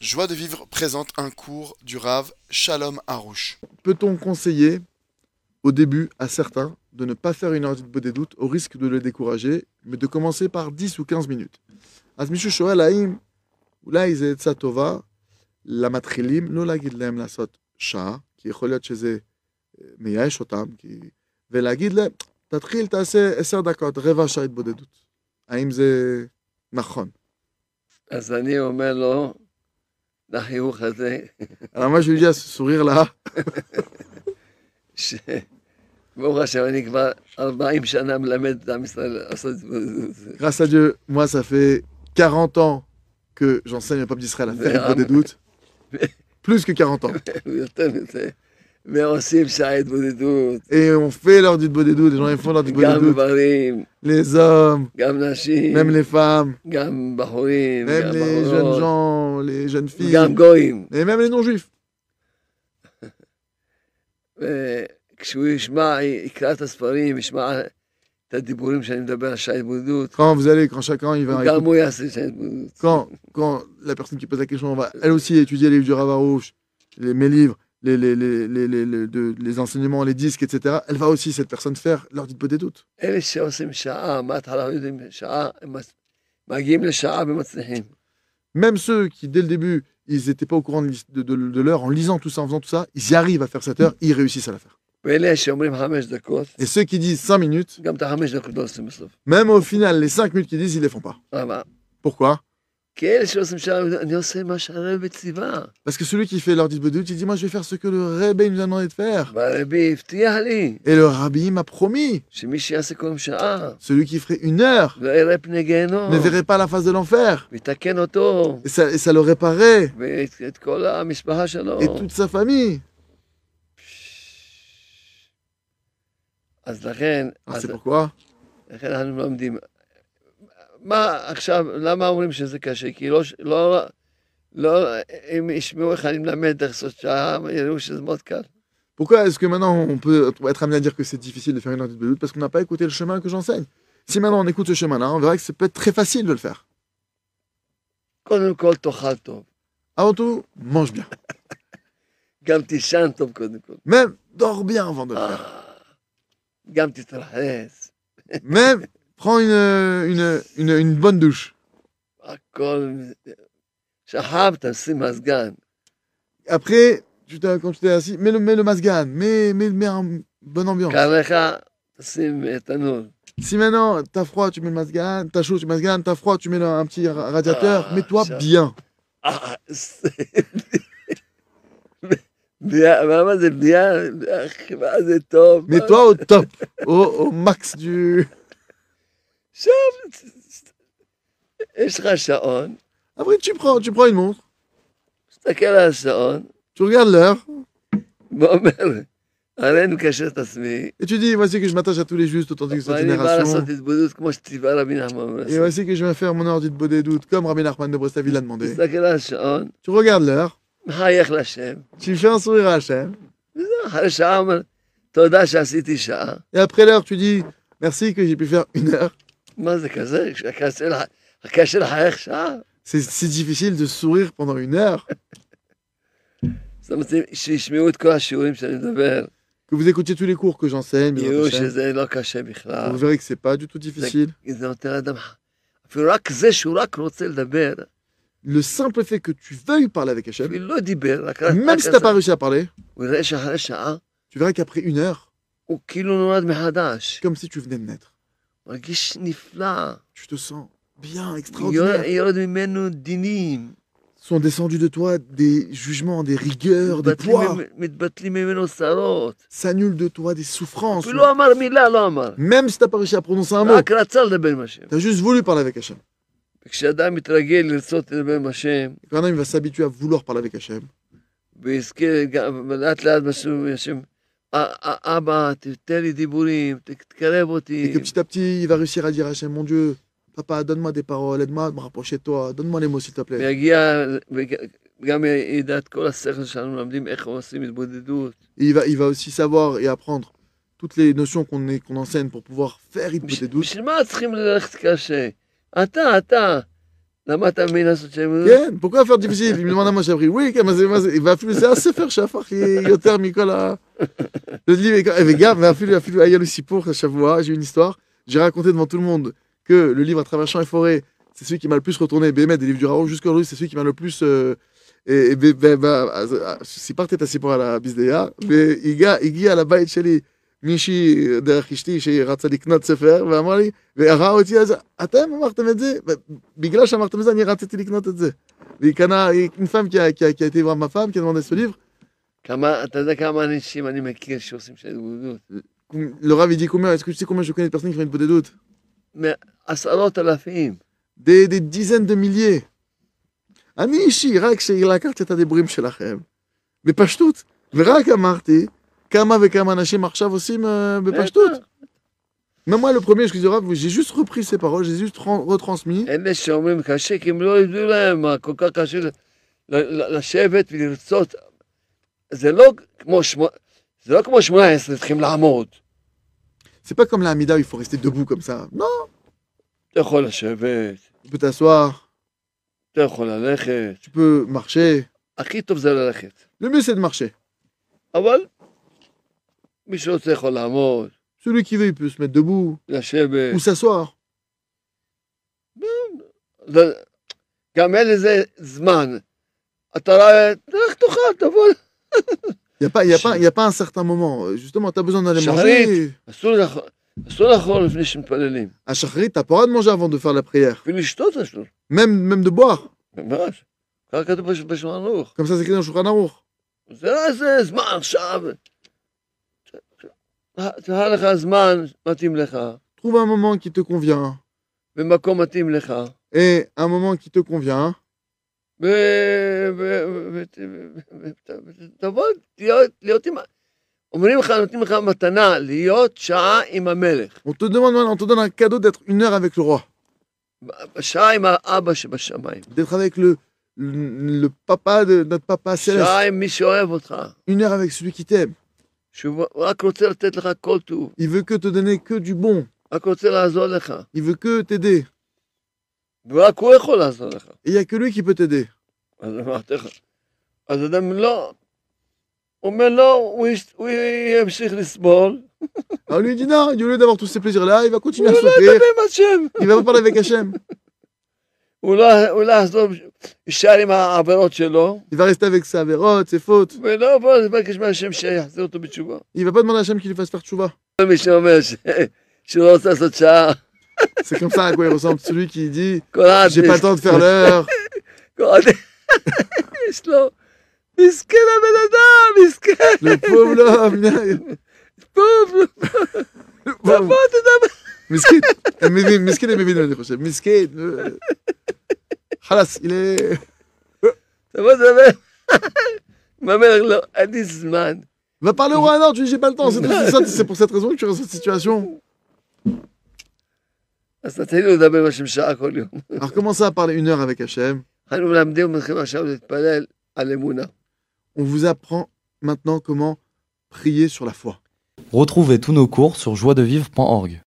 Joie de vivre présente un cours du Rave Shalom Harouche. Peut-on conseiller au début à certains de ne pas faire une heure de beauté doute au risque de le décourager, mais de commencer par 10 ou 15 minutes אז מישהו שואל האם אולי זו עצה טובה למתחילים, לא להגיד להם לעשות שעה, כי יכול להיות שזה אה, מייאש אותם, כי... ולהגיד להם, תתחיל, תעשה עשר דקות, רבע שעה התבודדות. האם זה נכון? אז אני אומר לו, לחיוך הזה, אני ממש יודע סוריר לה, שברוך השם, אני כבר 40 שנה מלמד את עם ישראל לעשות את זה. grâce à Dieu, moi ça fait 40 ans que j'enseigne au peuple d'Israël à faire התבודדות. Plus que 40 ans. יותר מזה. ועושים שעה התבודדות, Et on fait leur dit bodedou, les gens ils font leur dit גם bodedou. גברים, Les hommes, גם נשים, même les femmes, גם בחורים, même גם les jeunes בחורות, gens, les jeunes filles, גם גויים. et même les non-juifs. וכשהוא ישמע, יקרא את הספרים, ישמע את הדיבורים שאני מדבר על שעה התבודדות, Quand vous allez, quand chacun il va. גם הוא יעשה שעה התבודדות. Quand, quand la personne qui pose la question va elle aussi étudier les livres du Ravarouche, les, mes livres, les, les, les, les, les, les- de- les enseignements, les disques, etc., elle va aussi, cette personne, faire leur dit bodedou. אלה שעושים שעה, מההתחלה יודעים שעה, הם מצ- מגיעים לשעה ומצליחים. Même ceux qui, dès le début, ils n'étaient pas au courant de, l'his- de, de- de l'heure, en lisant tout ça, en faisant tout ça, ils y arrivent à faire cette heure, ils réussissent à la faire. ואלה שאומרים חמש דקות, Et ceux qui disent 5 minutes, גם את החמש דקות לא עושים בסוף. même au final, les 5 minutes qu'ils disent, ils les font pas. אבל Pourquoi כי אלה שעושים שעה, אני עושה מה שהרבי ציווה. Parce que celui qui fait leur dit il dit Moi, je vais faire ce que le Rebbe nous a demandé de faire. והרבי הבטיח לי Et le Rabbi m'a promis שמי שיעשה כל יום שעה, celui qui ferait une heure לא יראה פני גיהנום, ne verrait pas la face de l'enfer. ויתקן אותו, Et ça, et ça le réparait, ואת את כל המשפחה שלו. et toute sa famille. אז לכן, Alors, אז Ah, c'est pourquoi לכן אנחנו לומדים. מה עכשיו, למה אומרים שזה קשה? כי לא, ש- לא, לא, אם ישמעו איך אני מלמד איך לעשות שעה, יראו שזה מאוד קל. Pourquoi est-ce que maintenant on peut être amené à dire que c'est difficile de faire une heure de doute Parce qu'on n'a pas écouté le chemin que j'enseigne. Si maintenant on écoute ce chemin-là, on verra que ça peut être très facile de le faire. קודם כל תאכל טוב, Avant tout, mange bien. גם תישן טוב קודם כל, אה, Même dors bien avant de le faire. גם תתרחץ, Même prends une, une, une, une bonne douche. הכל... שכבת, שים מזגן. Après, tu t'as- quand tu t'es assis, mets le, mets le masgan, mets, mets, mets un bonne ambiance. קר לך, תשים אה, תנור. Si maintenant t'as froid, tu mets le masgan, t'as chaud, tu mets le masgan, t'as froid, tu mets le- un petit ra- radiateur, Ah, mets-toi ça. bien. אה, ס- בנייה, מה מה זה בנייה? אך, מה זה טוב. מה- Mets-toi au top, au, au max du. יש לך שעון, Après, tu prends, tu prends une montre, תסתכל על השעון, tu regardes l'heure ואומר, עלינו קשר את עצמי, et tu dis voici que je m'attache à tous les justes, authentiques de cette ואני בא לעשות génération. התבודדות כמו שציווה רבי נחמן. ברסלב. Et voici que je vais faire mon ordi de bodédoute comme Rabbi Nachman de Brestaville l'a demandé. תסתכל על השעון, Tu regardes l'heure, מחייך לשם, tu fais un sourire à Hachem, אחרי שעה אומר, תודה שעשיתי שעה. et après l'heure, tu dis merci que j'ai pu faire une heure. מה זה כזה? קשה לח- קשה לחייך שעה? C'est c'est difficile de sourire pendant une heure. זאת אומרת, שישמעו את כל השיעורים שאני מדבר, Que vous écoutiez tous les cours que j'enseigne, Bezrat יראו Hashem, שזה לא קשה בכלל. vous verrez que c'est pas du tout difficile. זה נותן לאדם, אפילו רק זה שהוא רק רוצה לדבר, Le simple fait que tu veuilles parler avec Hachem, אפילו לא דיבר, רק רק même si t'as עשה. pas réussi à parler, הוא יראה שאחרי שעה tu verras qu'après une heure, הוא כאילו נולד מחדש, c'est comme si tu venais de naître. מרגיש נפלא, Tu te sens bien, יורד- extraordinaire. יורד ממנו דינים, Sont descendus de toi des jugements, des rigueurs, des מתבטלים poids. ממ- מתבטלים ממנו שרות, S'annulent de toi des souffrances. אפילו לא אמר מילה, לא אמר, Même si t'as pas réussi à prononcer un mot, רק רצה לדבר עם השם. t'as juste voulu parler avec Hachem. וכשאדם מתרגל לרצות לדבר עם השם, Et Quand même, il va s'habituer à vouloir parler avec Hachem. ויזכה גם- לאט לאט בשום השם, "א- א- אבא, תתן לי דיבורים, ת- תקרב Et אותי. que petit à petit, il va réussir à dire à Hachem, mon Dieu, papa, donne-moi des paroles, aide-moi à me rapprocher de toi, donne-moi les mots s'il te plaît. ויגיע, וגם ידע את כל השכל שאנחנו מלמדים, איך עושים התבודדות. Et il va, il va aussi savoir et apprendre toutes les notions qu'on est- qu'on enseigne pour pouvoir faire בש- hypnoter douce. בשביל מה צריכים ללכת קשה? אתה, אתה. למה אתה מבין לעשות שם? כן, pourquoi faire difficile? אם demande à Moshe Abri, oui, כן, מה זה, מה זה, ואפילו זה הספר שהפך יותר מכל ה... le livre, est- וגם, ואפילו, אפילו היה לי סיפור השבוע, j'ai eu une histoire, j'ai raconté devant tout le monde que le livre à travers champs et forêts, c'est celui qui m'a le plus retourné, באמת, des livres du Raoult jusqu'à aujourd'hui, c'est celui qui m'a le plus... euh, אה, ב- ב- ב- אז, אה, סיפרתי את הסיפור על הבזדיה, והגיע לבית שלי מישהי אה, דרך אשתי שרצה לקנות ספר, ואמרה לי, והראה אותי אז, אתם אמרתם את זה, בגלל שאמרתם את זה, אני רציתי לקנות את זה. והיא קנה, היא- une femme qui a- qui a qui a été voir ma femme, qui a demandé ce livre, כמה, אתה יודע כמה אנשים אני מכיר שעושים שם התבודדות? le Rav il dit combien, est-ce que tu sais combien je connais de personnes qui font une boudedoute עשרות אלפים. des, des dizaines de milliers. אני אישי, רק שלקחתי את הדיבורים שלכם, בפשטות, ורק אמרתי כמה וכמה אנשים עכשיו עושים אה, בפשטות. Même moi, le premier, je dis, Rav, j'ai juste repris ces paroles, j'ai juste tran- retransmis. אלה שאומרים קשה, כי הם לא ידעו להם מה כל כך קשה ל- ל- ל- לשבת ולרצות. זה לא כמו שמו- זה לא כמו 18, צריכים לעמוד. C'est pas comme la Hamida, où il faut rester debout comme ça. Non, אתה יכול לשבת, tu peux t'asseoir, אתה יכול ללכת. tu peux marcher. הכי טוב זה ללכת. Le mieux, c'est de marcher. אבל מי שרוצה יכול לעמוד, Celui qui veut, il peut se mettre debout לשבת. ou s'asseoir. זה- גם אין לזה זמן. אתה רואה, לך תאכל, תבוא. Il n'y a, pas- y a, pas- y a pas un certain moment. Justement, tu as besoin d'aller manger. Charrette. אסור לאכול- אסור לאכול לפני שמתפללים. À Shachrit, tu as pas le droit de manger avant de faire la prière. אפילו לשתות אסור. Même, même de boire. ממש. ככה כתוב בש- בשולחן ערוך. Comme ça, c'est écrit dans Shulchan Aruch. זה לא איזה זמן עכשיו. תהיה לך זמן מתאים לך, Trouve un moment qui te convient. במקום מתאים לך, Et un moment qui te convient. ותבוא להיות להיות עם... ה- אומרים לך, נותנים לך מתנה, להיות שעה עם המלך. On te demande, on te donne un cadeau d'être une heure avec le roi. שעה עם האבא שבשמיים. D'être avec le, le, le papa de notre papa céleste. שעה עם מי שאוהב אותך, Une heure avec celui qui t'aime. שהוא רק רוצה לתת לך כל טוב, Il veut que te donner que du bon. רק רוצה לעזור לך, Il veut que t'aider. ורק הוא יכול לעזור לך. Et il n'y a que lui qui peut t'aider. אז אמרתי לך, אז אדם לא, הוא אומר לא, הוא יש- הוא ימשיך לסבול, Alors lui il dit non, au lieu d'avoir tous ces plaisirs-là, il va הוא continuer à לא souffrir. ידבר עם השם, Il va pas parler avec Hachem. הוא לא- הוא לא יחזור, יישאר עם העבירות שלו, Il va rester avec sa vérote, ses fautes. ולא יבוא לבקש מהשם שיחזיר אותו בתשובה. Il va pas demander à Hachem qu'il lui fasse faire tchouva. כל מי שאומר ש- שהוא לא רוצה לעשות שעה, C'est comme ça à quoi il ressemble celui qui dit כל עד, j'ai pas le temps de faire l'heure. כל עד, יש לו, מסכן הבן אדם, מסכן, Le pauvre homme. il a- טוב, le תבוא, pauvre. תדבר. Miskin. Elle me vit- Miskin, elle me vit dans les crochets. Miskin. euh. Khalas, il est. תבוא, תדבר. הוא אומר, לא, אין לי זמן. Va parler au roi, non, tu dis j'ai pas le temps. C'est c'est ça, c'est pour cette raison que tu es dans cette situation. אז תתחילו לדבר עם השם שעה כל יום. Alors commencez à parler une heure avec Hachem. אנחנו מלמדים ומתחילים עכשיו להתפלל על אמונה. On vous apprend maintenant comment prier sur la foi. Retrouvez tous nos cours sur joiedevivre.org.